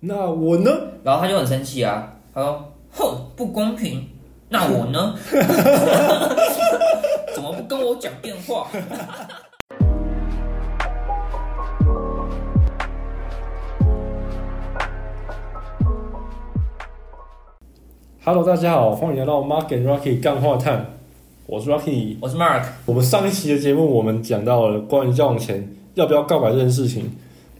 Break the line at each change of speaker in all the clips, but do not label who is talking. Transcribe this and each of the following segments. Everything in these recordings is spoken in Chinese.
那我呢？
然后他就很生气啊，他说：“哼，不公平！那我呢？ 怎么不跟我讲电话？”
Hello，大家好，欢迎来到 Mark and Rocky 干话探，我是 Rocky。
我是 Mark，
我们上一期的节目，我们讲到了关于交往前要不要告白这件事情，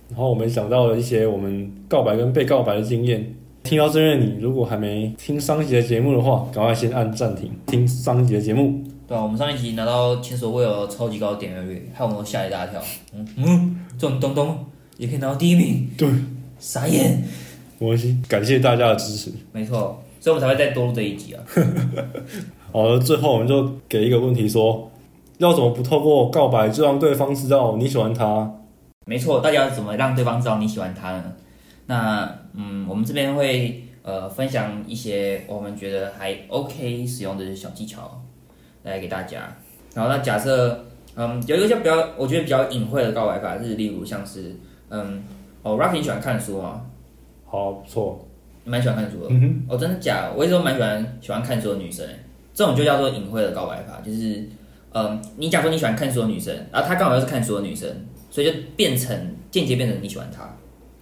然后我们讲到了一些我们告白跟被告白的经验。听到这边的你，如果还没听上一集的节目的话，赶快先按暂停听上一集的节目。
对啊，我们上一集拿到前所未有的超级高的点阅率，害我们都吓一大跳。嗯嗯，这种东东也可以拿到第一名，
对，
傻眼。
我先感谢大家的支持。
没错，所以我们才会再多录这一集啊。
好，最后我们就给一个问题说，要怎么不透过告白就让对方知道你喜欢他？
没错，大家要怎么让对方知道你喜欢他呢？那嗯，我们这边会呃分享一些呃我们觉得还 OK 使用的小技巧来给大家。然后那假设嗯有一个叫比较我觉得比较隐晦的告白法是，例如像是嗯哦 Rocky 你喜欢看书吗？
好，不错。
你蛮喜欢看书的、
嗯哼，
哦，真的假的？我一直都蛮喜欢喜欢看书的女生欸，这种就叫做隐晦的告白法，就是嗯你假如说你喜欢看书的女生，然后她刚好又是看书的女生，所以就变成间接变成你喜欢她。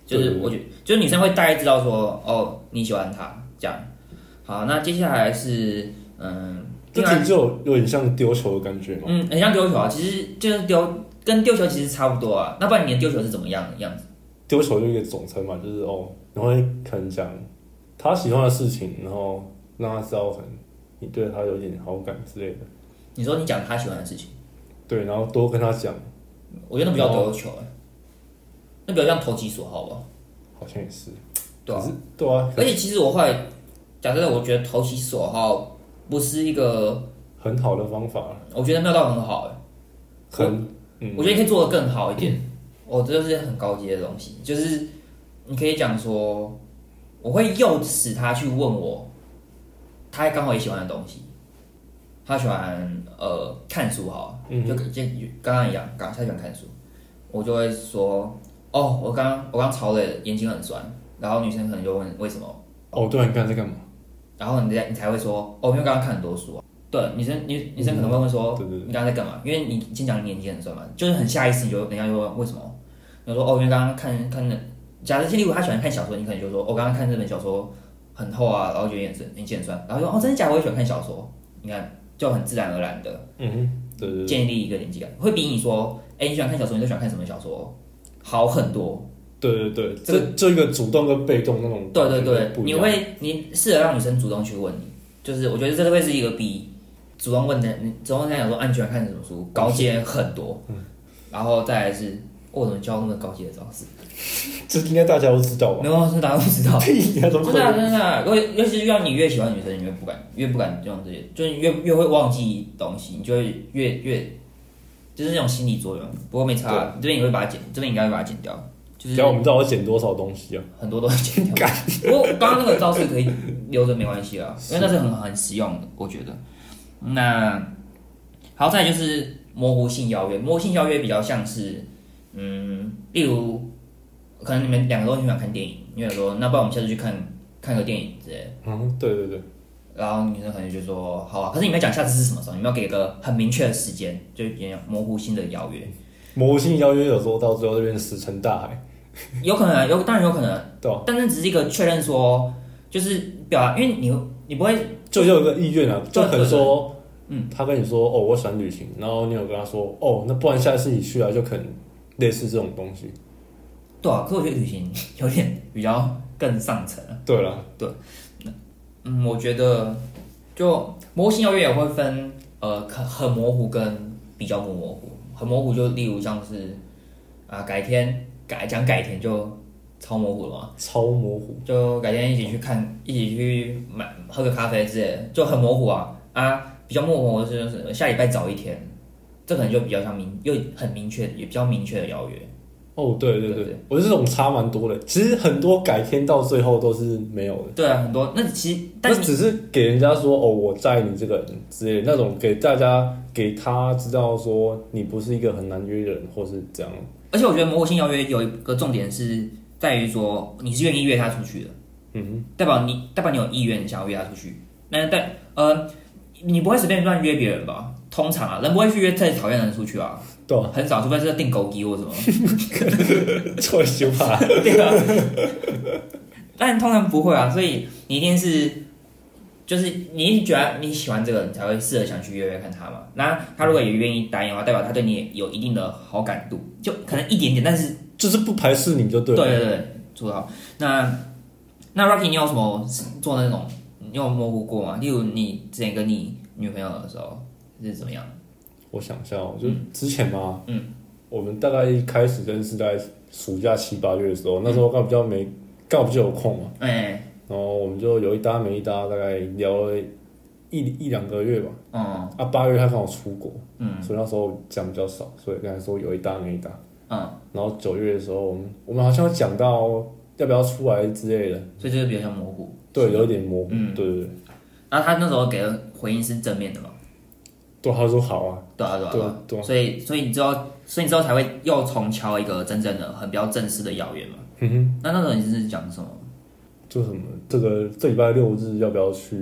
就是
对
我觉得，就是女生会大概知道说，哦，你喜欢他这样。好，那接下来是，嗯，
这
另
题
外，
就有有点像丢球的感觉嘛。
嗯，很像丢球啊，其实就是丢，跟丢球其实差不多啊。那不然你的丢球是怎么样的样子？
丢球就一个总称嘛，就是哦，然后你可能讲他喜欢的事情，然后让他知道可能你对他有点好感之类的，
你说你讲他喜欢的事情，
对，然后多跟他讲，
我觉得那不叫丢球、欸，那比较像投其所好吧？
好像也是，
对啊
可是对啊，
而且其实我后来讲真的，我觉得投其所好不是一个，
很好的方法，啊
我觉得没有到很好、欸，
可能嗯，
我觉得你可以做的更好一点。哦，这就是很高阶的东西，就是你可以讲说，我会诱使他去问我，他刚好也喜欢的东西，他喜欢呃看书好了，
嗯
就就刚刚一样，刚他喜欢看书，我就会说，哦，我刚我刚吵累了，眼睛很酸，然后女生可能就问为什么，
哦，对啊，你刚才在干嘛？
然后你才你才会说，哦，因为刚刚看很多书啊。对，女生女女生可能会问说，
嗯对对对
你刚刚在干嘛？因为你先讲你年纪很酸嘛，就是很下意识，你就人家就问为什么？你就说哦，因为刚刚看看的，假设例如他喜欢看小说，你可能就说，我、哦刚刚看这本小说很厚啊，然后觉得眼神眼睛很酸，然后就说哦，真的假的？我也喜欢看小说，你看就很自然而然的
嗯哼，对对对，
建立一个年纪感，会比你说，哎，你喜欢看小说，你就喜欢看什么小说好很多。
对对对，
这
这这一个主动跟被动那种，
对对对，
不一
你
样，
会你适合让女生主动去问你，就是我觉得这会是一个比主动问的，你主动跟她讲说，啊，你喜欢看什么书，高阶很多。
嗯
然后再来是，我怎么教那么高阶的招式？
这应该大家都知道吧？。
没有，是大家都知 道
屁呀，怎么可
真的啊
能？
真的啊，尤尤其是让你越喜欢女生，你越不敢，越不敢用这些，就是越越会忘记东西，你就会越越就是那种心理作用。不过没差啊，这边也会把它剪，这边应该会把它剪掉，就是
然后我们知道我减多少东西啊？
很多都是剪掉。不过刚刚那个招式可以留着没关系啦，因为那是很很实用的，我觉得。那好，再来就是模糊性邀约，模糊性邀约比较像是，嗯，例如可能你们两个都很喜欢看电影，你有说那不然我们下次去看看个电影之类的。
嗯，对对对，
然后女生可能就说好啊，可是你们要讲下次是什么时候，你们要给个很明确的时间，就是有点模糊性的邀约，
魔性邀约有时候到最后这边石沉大海，
有可能啊有当然有可能啊，
对吧？
但是只是一个确认说，就是表达，因为你你不会
就有一个意愿啊，就
对
可能说，
对
嗯，他跟你说，哦，我喜欢旅行，然后你有跟他说，哦，那不然下一次你去啊，就可能类似这种东西。
对啊，可我觉得旅行有点比较更上层了。
对了，
嗯，我觉得就模型邀约也会分，呃，很很模糊跟比较不模糊。很模糊就例如像是啊，改天改讲改天就超模糊了嘛，
超模糊，
就改天一起去看，一起去买喝个咖啡之类的，就很模糊啊啊，比较模糊的是就是下礼拜早一天，这可能就比较像明又很明确，也比较明确的邀约。
哦，对对
对
对，
对
我觉得这种差蛮多的。其实很多改天到最后都是没有的，
对啊，很多那其实但
那
是
只是给人家说，哦，我在你这个人之类的那种，给大家给他知道说你不是一个很难约的人，或是这样。
而且我觉得模糊性邀约有一个重点是，在于说你是愿意约他出去的，嗯，代表你代表你有意愿想要约他出去，那但呃，你不会随便乱约别人吧？通常啊，人不会去约最讨厌的人出去啊，
对 啊，
很少，除非是订狗机或什么，
错修吧，
对啊，但通常不会啊，所以你一定是，就是你一定觉得你喜欢这个人，才会试着想去约约看他嘛。那他如果也愿意答应的话，代表他对你有一定的好感度，就可能一点点，但是
就是不排斥你就对了。
对对对，做得好。那那 Rocky，你有什么做那种你有模糊过吗？例如你之前跟你女朋友的时候是怎么样？
我想一下哦，就是之前嘛，嗯，我们大概一开始认识在暑假七八月的时候，
嗯
那时候刚好比较没，刚好比较有空嘛，
哎、
然后我们就有一搭没一搭，大概聊了一一两个月吧。
嗯
啊，八月他刚好出国，
嗯
所以那时候讲比较少，所以刚才说有一搭没一搭。
嗯，
然后九月的时候，我们我们好像有讲到要不要出来之类的，
哎所以就是比较像模糊。
对，有一点模糊，
嗯
对对对，
然后他那时候给的回应是正面的嘛？
对，他说好啊，
对啊，对啊，
对
啊
啊对啊
所以，所以你知道，所以你之后才会又重敲一个真正的、很比较正式的邀约嘛？
嗯哼，
那那时候你是讲什么？
就什么这个这礼拜六日要不要去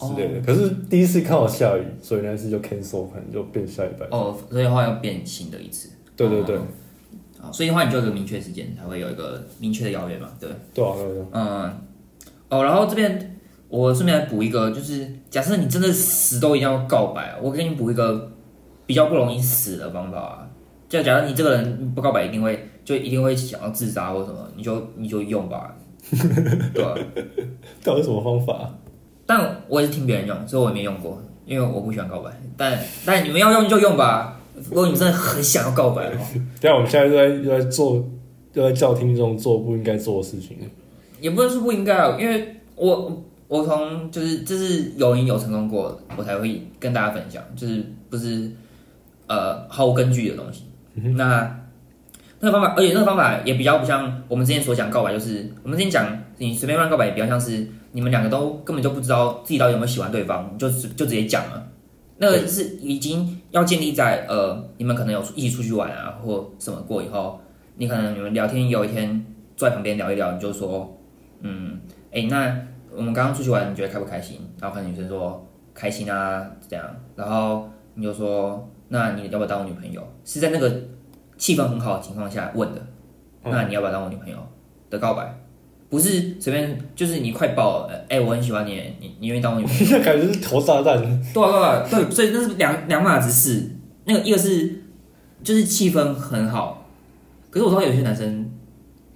之类的。可是第一次刚好下雨，所以那次就 cancel，可能就变下礼拜。
哦，所以的话要变新的一次。
对对对，
啊，所以的话你就有一个明确时间，才会有一个明确的邀约嘛？对。
对啊对啊对啊，
嗯，哦，然后这边我顺便来补一个，就是假设你真的死都一定要告白，我给你补一个比较不容易死的方法啊。就假如你这个人不告白，一定会就一定会想要自杀或什么，你就你就用吧，对吧、
到底有什么方法？
但我也是听别人用，所以我也没用过，因为我不喜欢告白。但但你们要用就用吧，如果你们真的很想要告白的话，
等一下我们现在就在就在做，就在叫听众做不应该做的事情。
也不能说不应该啊，因为我我从就是这是有赢有成功过，我才会跟大家分享，就是不是呃毫无根据的东西。那那个方法，而且那个方法也比较不像我们之前所讲告白，就是我们之前讲你随便乱告白，也比较像是你们两个都根本就不知道自己到底有没有喜欢对方，你就直就直接讲了。那个是已经要建立在呃，你们可能有一起出去玩啊，或什么过以后，你可能你们聊天有一天坐在旁边聊一聊，你就说，嗯，哎、那我们刚刚出去玩，你觉得开不开心？然后可能女生说开心啊，这样，然后你就说，那你要不要当我女朋友？是在那个气氛很好的情况下问的，那你要不要当我女朋友的告白？不是随便，就是你快爆了，哎、我很喜欢你，你你愿意当我女朋友 吗？
感觉是投炸弹，
对啊对啊对，所以那是两两码子事。那个一个是就是气氛很好，可是我知道有些男生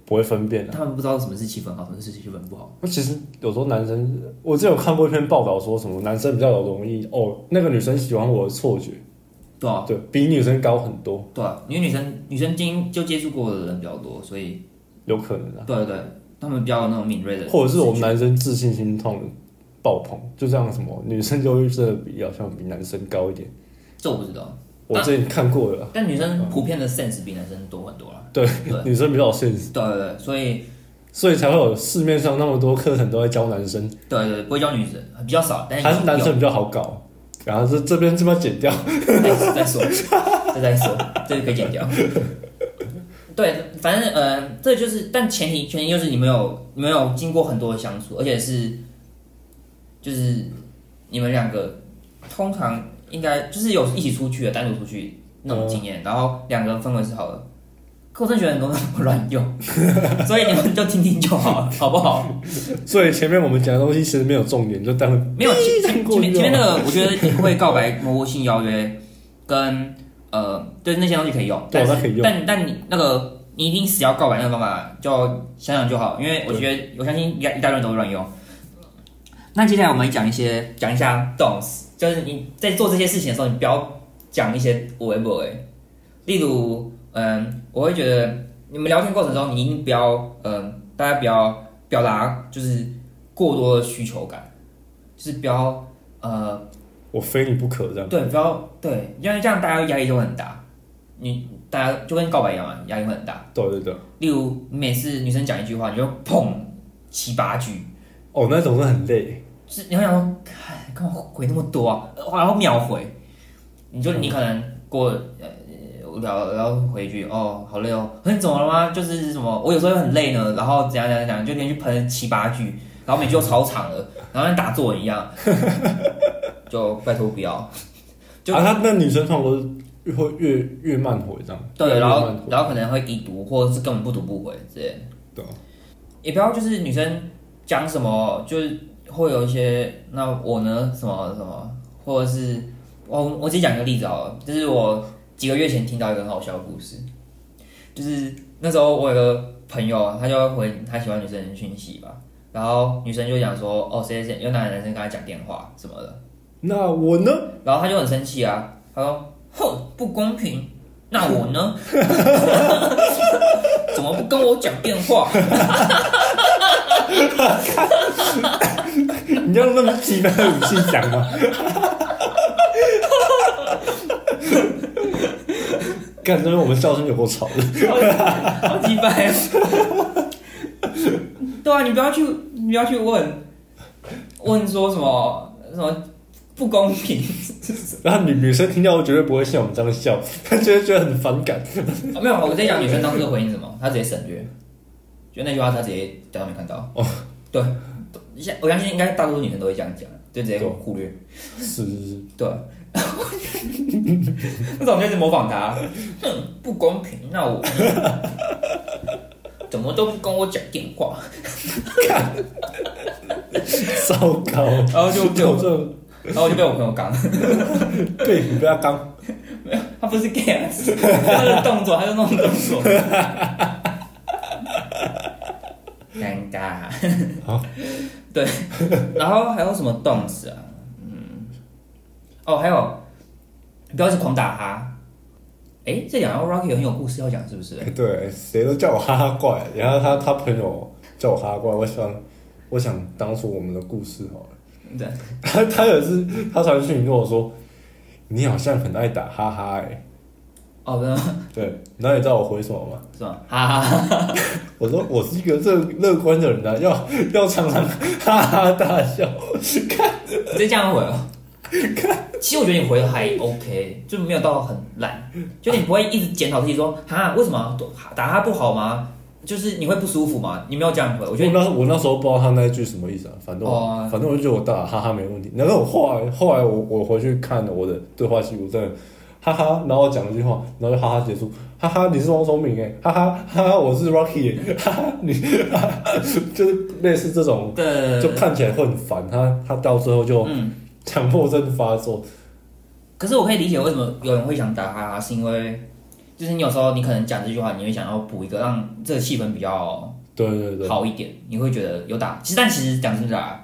不会分辨的、啊
他们不知道什么是气氛好，什么是气氛不好。
那其实有时候男生，我之前有看过一篇报道，说什么男生比较容易哦，那个女生喜欢我的错觉，
对啊
对比女生高很多，
对啊，因为女生女生经就接触过的人比较多，所以
有可能啊，
对对对，他们比较有那种敏锐的，
或者是我们男生自信心痛爆棚，就像什么女生忧郁症的比例好像比男生高一点，
这我不知道，
我之前看过的啊、
但女生普遍的 sense 比男生多很多啦。
对
对
女生比较有现实，
对对对，所以
所以才会有市面上那么多课程都在教男生，
对对对不会教女生比较少，但
还是男
哎有
生比较好搞，然后这这边这边剪掉，
再再说，这再说，这个可以剪掉。对，反正呃，这就是，但前提前提就是你们有你们有经过很多的相处，而且是就是你们两个通常应该就是有一起出去的，单独出去那种经验，
嗯
然后两个人氛围是好的。可我真的觉得很多人都 乱用，所以你们就听听就好了，好不好？
所以前面我们讲的东西其实没有重点，就当
没有前前
过
前
去哦
面前面那个，我觉得也会告白模糊性邀约跟呃，对那些东西可以用，
对
但是
那可以用
但但你那个你一定死要告白那个方法，就想想就好，因为我觉得我相信一大一大堆人都会乱用。那接下来我们讲一些讲一下 don'ts，就是你在做这些事情的时候，你不要讲一些 w e 哎，例如嗯，我会觉得你们聊天过程中，你一定不要嗯，大家不要表达就是过多的需求感，就是不要呃
我非你不可这样。
对，不要对，因为这样大家压力就会很大。你大家就跟告白一样嘛，压力会很大。
对对对，
例如，你每次女生讲一句话，你就砰七八句，
哦，那种是很累，
就是你会想说，看干嘛回那么多啊？呃然后秒回，你就你可能过呃，无聊，然后回一句哦，好累哦， 你怎么了吗？就是什么，我有时候会很累呢，然后怎样怎样怎样，就连续喷了七八句，然后每句都超长了，然后像打坐一样，就拜托不要。就
啊，他那女生通常都是越会越越慢回这样，
对，
越
然后
慢回
然后可能会已读，或者是根本不读不回之类的。
对啊
也不要就是女生讲什么，就是会有一些那我呢什么什么，或者是我我直接讲一个例子好了，就是我几个月前听到一个很好笑的故事，就是那时候我有个朋友，他就会回他喜欢女生的讯息吧，然后女生就讲说哦谁谁谁，有哪个男生跟他讲电话什么的。
那我呢？
然后他就很生气啊，他说：“哼，不公平，那我呢？ 怎么不跟我讲电话？
你要用那么极端的语气讲 吗？干，这边我们笑声有够吵的。
好鸡掰啊！ 对啊，你不要去，你不要去问，问说什么什么不公平，
然后女女生听到绝对不会像我们这样笑，她觉得觉得很反感。
哦、没有，我在讲女生当时回应什么，她直接省略，就那句话她直接假装没看到。哦，对，现我相信应该大多数女生都会这样讲，就直接
对
忽略。
是是是，
对， 那种就是模仿他，哼，不公平。那我怎么都不跟我讲电话，
糟糕！
然后就
有
就
这种
然后我就被我朋友刚，
被你被他刚，
他不是 gay，啊是他的动作，他就那种动作，尴尬。
好，
对，然后还有什么动词啊？嗯，哦，还有，不要一直狂打哈。哎，这两个 Rocky 很有故事要讲，是不是？
对，谁都叫我哈哈怪，然后他他朋友叫我哈哈怪，我想我想当初我们的故事好了。
对。
他他有一次他传讯息跟我说，你好像很爱打哈哈哎、
哦，真的吗
对，然后你知道我回什么吗？
是吗？哈哈 哈，
我说我是一个乐乐观的人啊，要要常常哈哈大笑。
直接这样回哦。其实我觉得你回的还 OK，就没有到很烂，就你不会一直检讨自己说哈为什么打他不好吗？就是你会不舒服吗？你没有这样回，我
我
觉得
那我那时候不知道他那一句什么意思啊，反正我、
哦
反正我就觉得我打哈哈没问题。然后我后来后来我我回去看我的对话记录，真的哈哈，然后我讲一句话，然后就哈哈结束，哈哈你是王聪明哎，哈哈哈哈我是 Rocky，欸哈哈你哈哈就是类似这种，
的
就看起来会很烦他，他到最后就
嗯，
强迫症发作，
可是我可以理解为什么有人会想打哈哈，是因为就是你有时候你可能讲这句话，你会想要补一个让这个气氛比较
对对对，
好一点，你会觉得有打。其实但其实讲真的啊，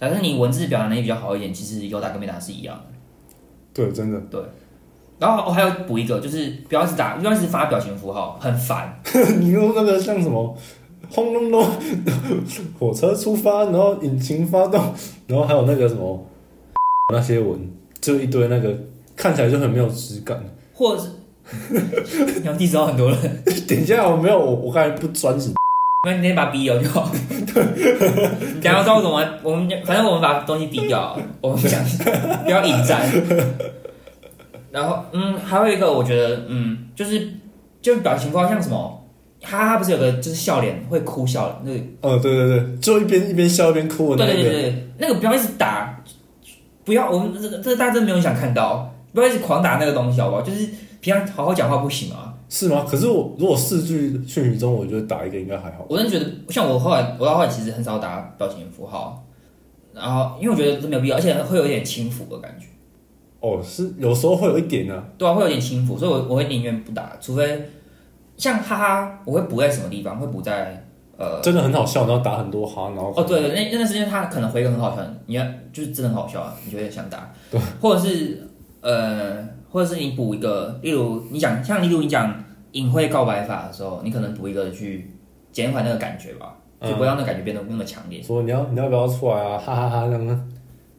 假设你文字表达能力比较好一点，其实有打跟没打是一样的。
对真的，
然后我哦还要补一个，就是不要一直打，不要一直发表情符号，很烦。
你用那个像什么轰隆隆，火车出发，然后引擎发动，然后还有那个什么 那些文，就一堆那个看起来就很没有质感。
或者是 你要 diss 到很多人，
等一下，我没有，我我刚才不专心。
那你直接把它逼掉就好。你等一下知道为什么？我们反正我们把东西逼掉，我们不想不要引战。然后嗯，还有一个我觉得嗯，就是就是表情符号，像什么哈哈，不是有个就是笑脸会哭笑的那个
哦，对对对，就一边一边笑一边哭的
对
那
对对
个，
对，对那个不要一直打，不要，我们这个这个大家真的没有人想看到，不要一直狂打那个东西，好不好？就是平常好好讲话不行啊吗？
是吗？可是我如果四句讯息中，我觉得打一个应该还好。
我真的觉得，像我后来，我到后来其实很少打表情符号，然后因为我觉得这没有必要，而且会有一点轻浮的感觉，
哦，是有时候会有一点啊，
对啊，会有点轻浮，所以我我会宁愿不打，除非像哈哈，我会补在什么地方？会补在呃。
真的很好笑，然后打很多哈，然后
哦，对，对，那那段时间他可能回一个很好笑，你要就是真的很好笑啊，你就会想打，对， 或者是呃，或者是你补一个，例如你讲像例如你讲隐晦告白法的时候，你可能补一个去减缓那个感觉吧，就不要让那个感觉变得那么强烈。
说你要你要不要出来啊？哈哈哈，这样啊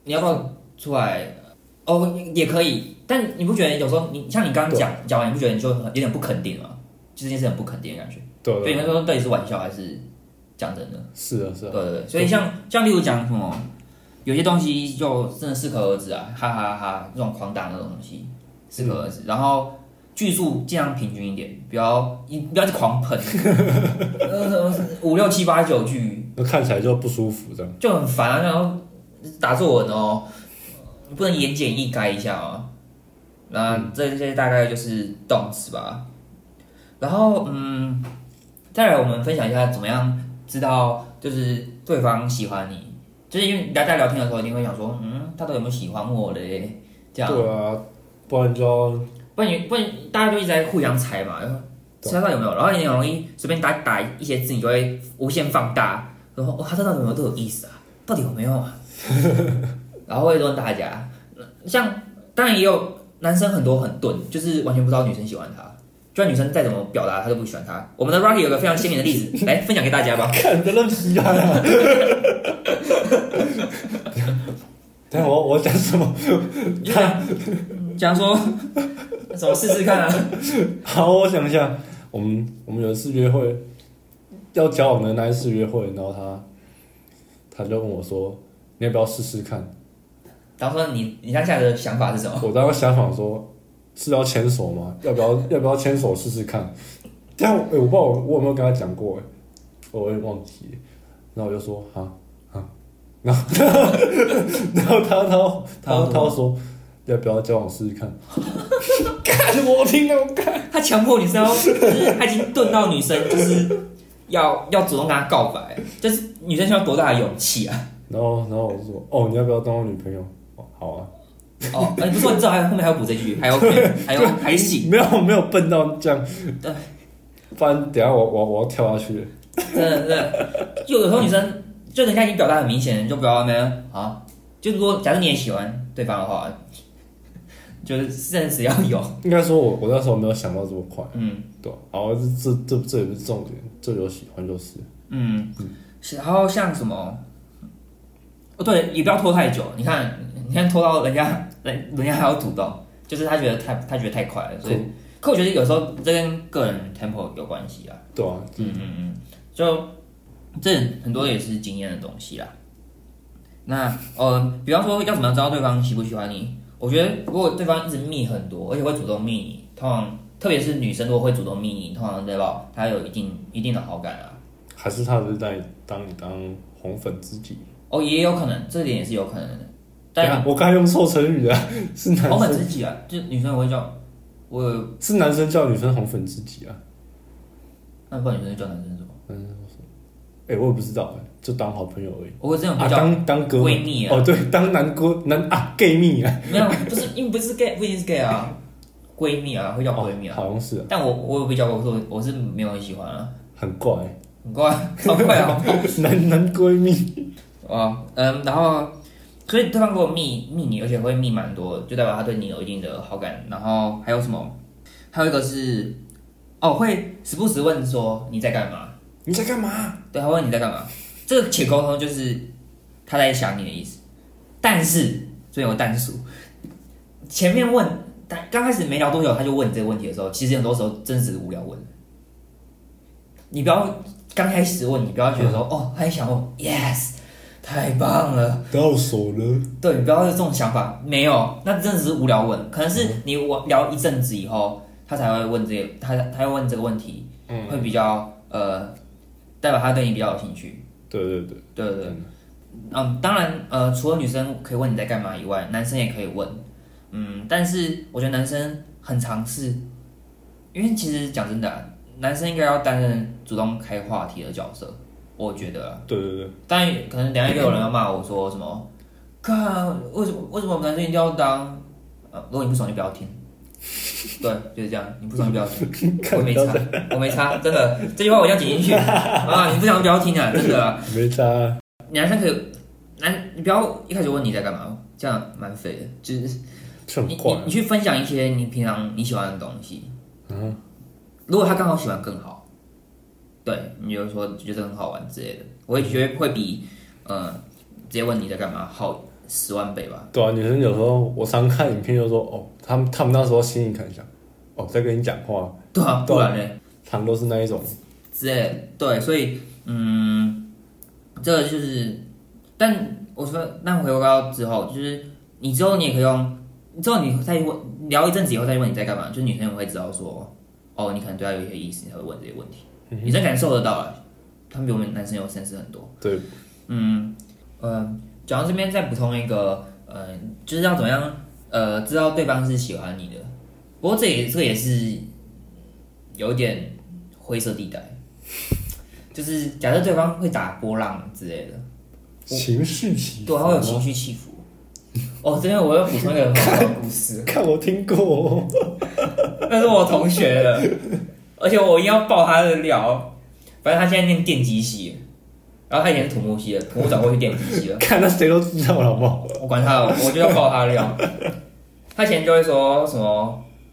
你要不要出来？哦，也可以，但你不觉得有时候你像你刚刚讲讲完，你不觉得你就很有点不肯定吗？就这件事很不肯定的感觉，
对
对，
对
你会
对，
说到底是玩笑还是讲真的？
是啊是啊，
对对对，所以像像例如讲什么，有些东西就真的适可而止啊，哈哈哈这种狂打那种东西适可而止。然后句数尽量平均一点，不要一不要去狂喷，呃五六七八九句
那看起来就不舒服这样。
就很烦啊。然后打作文哦，不能言简意赅一下啊。那这些大概就是动词吧。然后嗯，再来我们分享一下怎么样知道就是对方喜欢你，就是因为大家聊天的时候一定会想说，嗯，他都有没有喜欢我嘞？这样。
对啊，不然就要
不然你不然大家就一直在互相猜嘛，然后猜到有没有，然后你很容易随便打打一些字，你就会无限放大，然后哦，他这到底有没有对我意思啊？到底有没有啊？然后会问大家，像当然也有男生很多很钝，就是完全不知道女生喜欢他，就算女生再怎么表达，他都不喜欢他。我们的 Rocky 有个非常鲜明的例子，来分享给大家吧。
看的那么皮啊！ 等一下我我讲什么？
就讲讲说什么试试看啊？
好，我想一下，我们我们有一次约会，要交往的那一次约会，然后他他就问我说：“你要不要试试看
然后说你你当下的想法是什么？？”
我当时想法说：“是要牵手吗？要不要要不要牵手试试看？”但我、欸我不知道我我有没有跟他讲过、欸，我有点忘记了。然后我就说：“哈哈。”然后 然后他他他他说：“要不要交往试试看？”看我听了，我看
他强迫女生要，就是他已经钝到女生就是要要主动跟他告白，就是女生需要多大的勇气啊！
然后然后我就说：“哦，你要不要当我女朋友？”哦，好啊。
哦，哎、不是，你知道还后面还要补这句，还有还有还行，
没有没有笨到这样，
对，
不然等一下我我我要跳下去了。
真的真的，就有时候女生就人家已经表达很明显了，你就不要那边啊。就如果假设你也喜欢对方的话，就是甚至要有，
应该说我我那时候没有想到这么快，
嗯
对吧、然后这这这这也不是重点，这有喜欢就是，
嗯，然后像什么，哦对，也不要拖太久，你看你看拖到人家 人人家还要主动，就是他觉得太他觉得太快了，所以可我觉得有时候这跟个人 tempo 有关系啊。
对啊，
嗯嗯嗯，就这很多也是经验的东西啦。那呃，比方说要怎么样知道对方喜不喜欢你？我觉得如果对方一直密很多，而且会主动密你，通常特别是女生如果会主动密你，通常对吧？她有一定一定的好感啊。
还是他是在当你当红粉知己。
哦，也有可能，这点也是有可能的。
对
但
啊，我刚才用错成语了， 是男
红粉
生
知己啊，就女生也会叫我有，
是男生叫女生红粉知己啊，
那不然女生就叫男生什么？
哎、我也不知道、哎，就当好朋友而已。
我这种
啊，
比较
当当哥们
闺蜜啊
哦，对，当男哥男啊 gay 蜜啊，
没有，不是，因为不是 gay，不一定是 gay 啊，闺蜜啊，会叫闺蜜啊。
好像是、啊，
但我我有被教过，我说我是没有很喜欢啊，
很怪、
很怪，超怪 啊！
男男闺蜜，
啊，嗯，然后所以对方给我密密你，而且会密蛮多的，就代表他对你有一定的好感。然后还有什么？还有一个是哦，会时不时问说你在干嘛？
你在干嘛？
对，他问你在干嘛？这个且沟通就是他在想你的意思，但是所以有但数，前面问他刚开始没聊多久他就问你这个问题的时候，其实很多时候真的只是无聊问。你不要刚开始问，你不要觉得说、哦，他也想我，yes，太棒了，
到手了。
对，你不要有这种想法，没有，那真的只是无聊问，可能是你我聊一阵子以后，他才会问这个，他他会问这个问题，
嗯
会比较呃，代表他对你比较有兴趣，
对对对，
对对对，嗯，当然呃，除了女生可以问你在干嘛以外，男生也可以问，嗯，但是我觉得男生很尝试，因为其实讲真的啊、男生应该要担任主动开话题的角色，我觉得啊、
对对对，
但可能等一下又有人要骂我说什么，看为什么为什么我们男生一定要当？呃，如果你不爽就不要听。对，就是这样，你不爽就不要听
，看
我没差，我没差，真的，这句话我要剪进去啊！你不想就不要听啊，真的啊。
没差啊。
男生可以，男你不要一开始问你在干嘛，这样蛮废的。就是
这
你
很怪
你你去分享一些你平常你喜欢的东西，
嗯，
如果他刚好喜欢更好，对，你就说觉得很好玩之类的，我也觉得会比呃直接问你在干嘛好十万倍吧。
对啊，女生有时候我常看影片就说，哦，他们他们那时候心里可能想，哦，在跟你讲话，
对啊，
对
不
啊
然呢？
常都是那一种，
之类的对，所以嗯，这个就是，但我说那回归到之后，就是你之后你也可以用之后你再问聊一阵子以后再问你在干嘛，就是女生也会知道说，哦，你可能对她有一些意思，才会问这些问题。女生感受得到了，他们比我们男生有深思很多。
对，
嗯，呃，讲到这边再补充一个，呃，就是要怎么样，呃，知道对方是喜欢你的。不过这也这个也是有点灰色地带，就是假设对方会打波浪之类的，
情绪起伏
对，
吗，
他会有情绪起伏。哦，这边我要补充一个很好笑的故事。
看我听过，
那是我同学的，而且我一定要爆他的料。反正他现在念电机系，然后他以前是土木系的，土木转过去电机系了。
看那谁都知道了，好不好？
我管他了，我就要爆他的料。他以前就会说什么，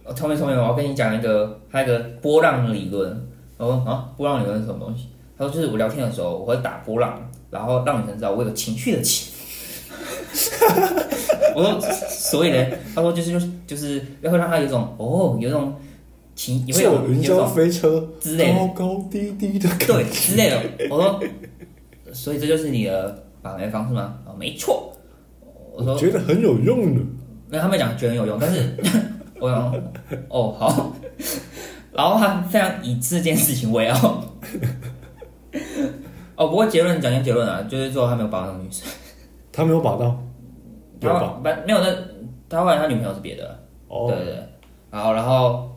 哦聪明聪明，我要跟你讲一个他一个波浪理论。我说啊，波浪理论是什么东西？他说就是我聊天的时候，我会打波浪，然后让女生知道我有情绪的起伏。 我说，所以呢，他说就是就是就是会让他有一种哦，有一种情，你会有
坐云
有一
霄哦
种
飞车，
之类的，
高高低低的感觉
对之类的。我说，所以这就是你的把妹方式吗？哦，没错。我说
我觉得很有用的。
没有，他们讲觉得很有用，但是 我想说哦好，然后他非常以这件事情为傲。哦，不过结论讲一下结论啊，就是说他没有把那个女生，
他没有把到，有
他
吧？
后没有那他后来他女朋友是别的，
哦
对，对对，然后然后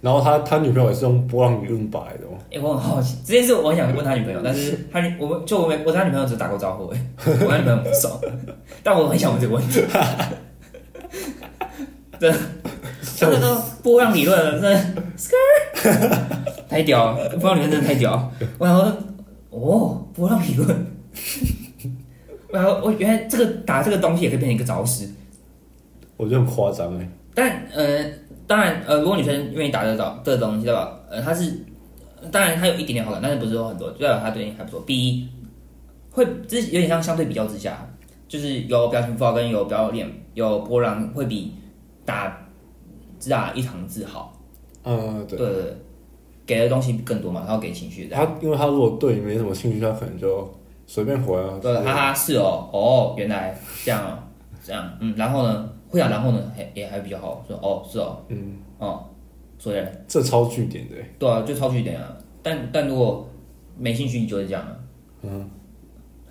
然后他他女朋友也是用波浪理论摆的哦，
哎、我很好奇这件事，我很想问他女朋友，但是他女我们就我们我跟他女朋友只打过招呼、欸，我跟他女朋友不熟， 但我很想问这个问题。真的，这个波浪理论了，真的 skr 太屌了，波浪理论真的太屌了。我想说，哦，波浪理论，我想说，我哦原来这个打这个东西也可以变成一个招式，
我觉得很夸张哎。
但呃，当然呃，如果女生愿意打这招这东西，对吧？呃，她是当然她有一点点好感，但是不是说很多，就代表她对你还不错。第一，会就是有点像相对比较之下，就是有表情符号跟有表演有波浪会比打只打一行字好，
嗯，
对
对，
对对，给的东西更多嘛，然后给情绪的，
他因为他如果对你没什么兴趣，他可能就随便回啊。
对，哈哈是哦，哦，原来这样哦，这样，嗯，然后呢，会啊，然后呢，还也还比较好，说哦是哦，
嗯，
哦，所以呢。
这超据点的欸，
对啊，就超据点啊。但但如果没兴趣，你就会这样啊。嗯。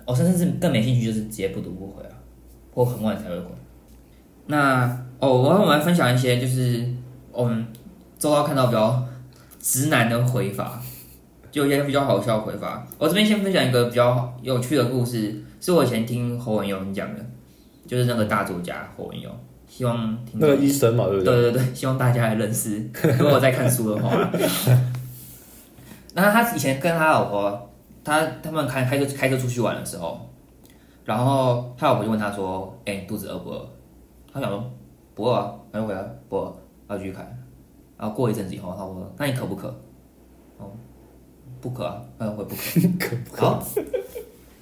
哦，甚至是更没兴趣，就是直接不读不回啊，或很晚才会回。那哦，我我们来分享一些就是我们周遭看到比较直男的回法，就有一些比较好笑的回法。我这边先分享一个比较有趣的故事，是我以前听侯文勇讲的，就是那个大作家侯文勇。希望听
那个医生嘛，对不对？
对对对， 希望大家来 认识。如果我在看书的话， 那他以前跟他老婆，他他们开开车开车出去玩的时候，然后他老婆就问他说：“哎、你肚子饿不饿？”他想说：“不饿啊。”他就回答：“不饿。”然后继续开。然后过一阵子以后，他说：“那你渴不渴？”哦，不渴啊。他就回不渴。
可不可
好，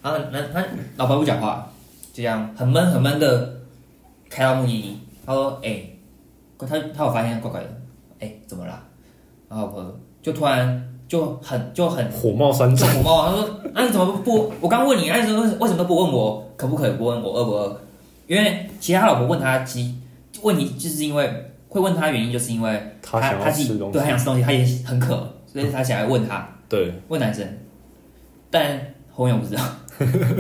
然后那他老婆不讲话，就这样很闷很闷的开到目的地。他说：“哎、他他有发现怪怪的，哎、怎么啦？”然后老婆就突然就很就很
火冒三
就
丈，
火啊冒，他说：“那、你怎么不？我刚问你，那、你怎么为什么都不问我可不可以？不问我饿不饿？因为其他老婆问他，其问题就是因为会问他原因，就是因为
他
他
想要
自己
吃东西
对，他想吃东西，他也很渴，所以他想要问他。”
对，
问男生，但侯勇不知道，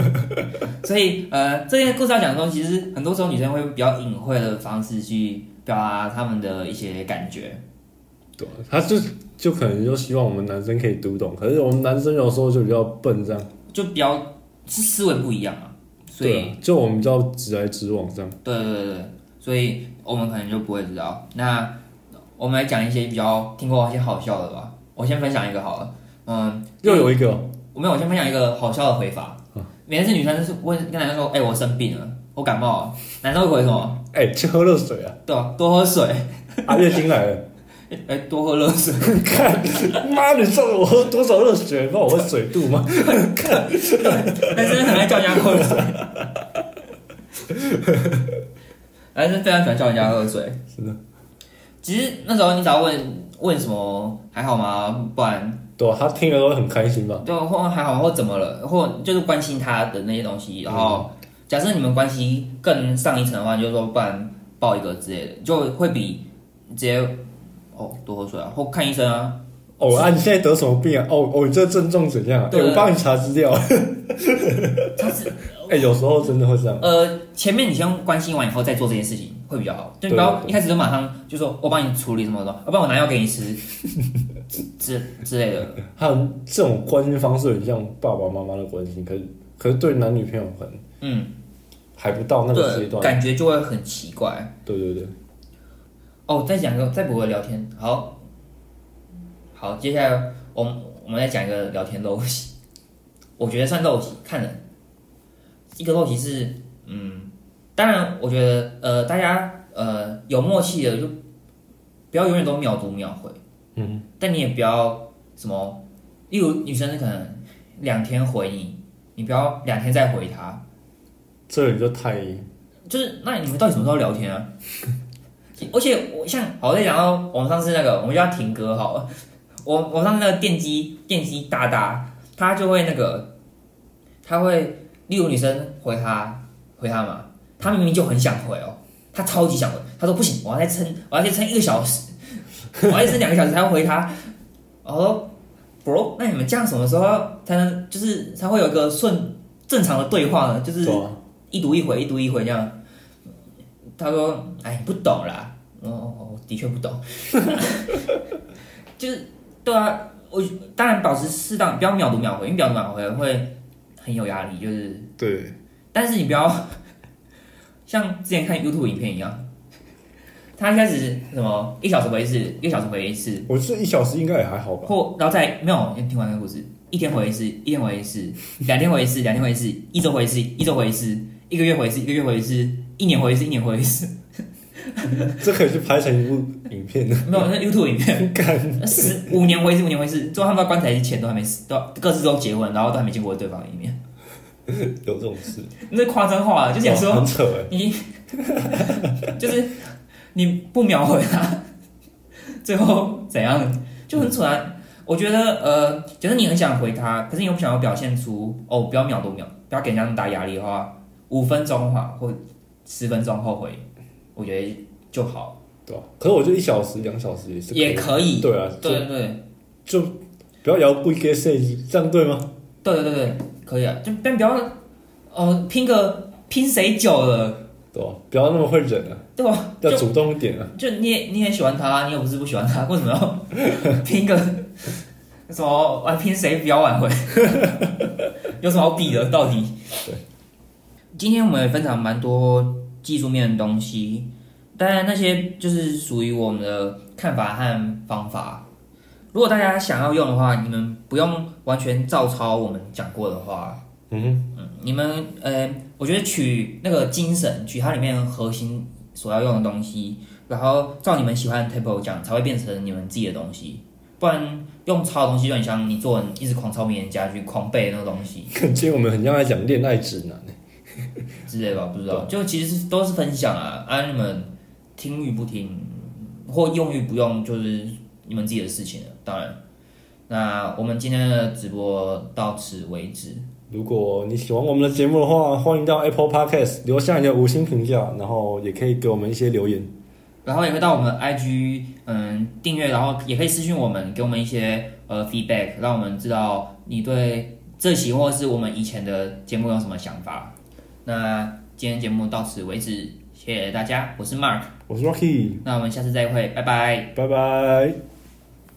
所以呃，这些故事要讲的东西，其实很多时候女生会比较隐晦的方式去表达她们的一些感觉。
对啊，他就就可能就希望我们男生可以读懂，可是我们男生有时候就比较笨这样，
就比较是思维不一样嘛，所以
对啊，就我们比较直来直往这样。
对对对对，所以我们可能就不会知道。那我们来讲一些比较听过一些好笑的吧，我先分享一个好了，嗯，
又有一个，
我没有，我先分享一个好笑的回法。
嗯
每次女生就是问跟男生说：“哎、我生病了，我感冒了。”男生会回什么？
哎、去喝热水 啊，
对啊，多喝水。
啊，月经来了，
哎、多喝热 水，
看，妈，你知道我喝多少热水？不知道我喝水肚吗？
男生很爱叫人家喝 水，男生非常喜欢叫人家喝水。
是的，
其实那时候你只要问问什么还好吗？不然
对啊，他听了都会很开心吧？
就或还好吗或怎么了，或就是关心他的那些东西，然后假设你们关系更上一层的话，你就说不然抱一个之类的，就会比直接哦多喝水啊，或看医生啊。
哦啊，你现在得什么病啊？哦哦，你这症状怎样啊？
对
哎我帮你查资料。
他是
哎、有时候真的会这样。
呃，前面你先关心完以后再做这件事情会比较好，就你不要
对啊
一开始就马上就说我帮你处理什么的，要、不然我拿药给你 吃之之之类的。
还有这种关心方式很像爸爸妈妈的关心，可是可是对男女朋友可能
嗯，
还不到那个阶
对，
段。
感觉就会很奇怪。
对对对，
哦，再讲一个，再补个聊天。好，好，接下来我们我们再讲一个聊天陋习， 我觉得算陋习，看人。一个陋习是，嗯，当然，我觉得呃，大家呃有默契的就不要永远都秒读秒回，嗯，但你也不要什么，例如女生可能两天回你，你不要两天再回她，
这里就太
就是那你们到底什么时候聊天啊？而且我像好，我再讲到我们上次那个，我们叫他停哥好了。我我上次那个电机电机大大，他就会那个，他会例如女生回他回他嘛，他明明就很想回哦，他超级想回，他说不行，我要再撑，我要再撑一个小时，我要再撑两个小时才会回他。我说 bro，那你们这样什么时候才能就是才会有一个顺正常的对话呢？就是
对啊，
一读一回，一读一回这样。他说：“哎，你不懂啦。”我我我的确不懂， 就是对啊，我当然保持适当，不要秒读秒回，因为秒读秒回会很有压力，就是，
对，
但是你不要 像之前看 YouTube 影片一样，他一开始什么一小时回一次，一个小时回一次，
我这一小时应该也还好吧。
或然后再没有听完那个故事，一天回一次，一天回一次，两天回一次，两天回一次，一周回一次，一周回一次，一个月回一次，一个月回一次，一年回一次，一年回一次，
这可以去拍成一部影片的，
没有那 YouTube 影片，
干
十五年回一次，五年回一次，最后他们到棺材前都还没死，都各自都结婚，然后都还没见过对方一面，
有这种事，
那夸张化了，就想
哇
说
很扯哎、
你就是你不秒回他， 最后怎样就很蠢啊。我觉得呃，假设你很想回他，可是你又不想要表现出哦，不要秒读秒，不要给人家那么大压力的话，五分钟的话或十分钟后回，我觉得就好，
对吧、可是我觉得一小时、两小时也是
也
可
可
以
以。
对啊，
对对对
就就不要摇不给设计，这样对吗？
对对对对，可以啊，就但不要呃拼个拼谁久了，
对吧、不要那么会忍啊，
对吧？
要
就
主动一 点啊。
就你也你也喜欢他，啊你又不是不喜欢他，为什么要 拼个什么？啊，拼谁比较挽回？ 有什么好比的？到底？
对。
今天我们也分享蛮多技术面的东西，当然那些就是属于我们的看法和方法。如果大家想要用的话，你们不用完全照抄我们讲过的话，
嗯
嗯，你们呃，我觉得取那个精神，取它里面核心所要用的东西，然后照你们喜欢的 tempo 讲，才会变成你们自己的东西。不然用抄的东西就很像你作文一直狂抄别人家去狂背那个东西
哼，感觉我们很像在讲恋爱指南、
之类吧，不知道。就其实是都是分享啊，啊你们听与不听，或用与不用，就是你们自己的事情了。当然，那我们今天的直播到此为止。
如果你喜欢我们的节目的话，欢迎到 Apple Podcast 留下你的五星评价，然后也可以给我们一些留言。
然后也会到我们的 IG 嗯订阅，然后也可以私信我们，给我们一些呃 feedback，让我们知道你对这期或是我们以前的节目有什么想法。那今天节目到此为止，谢谢大家，我是 Mark，
我是 Rocky，
那我们下次再会，拜拜。
拜拜。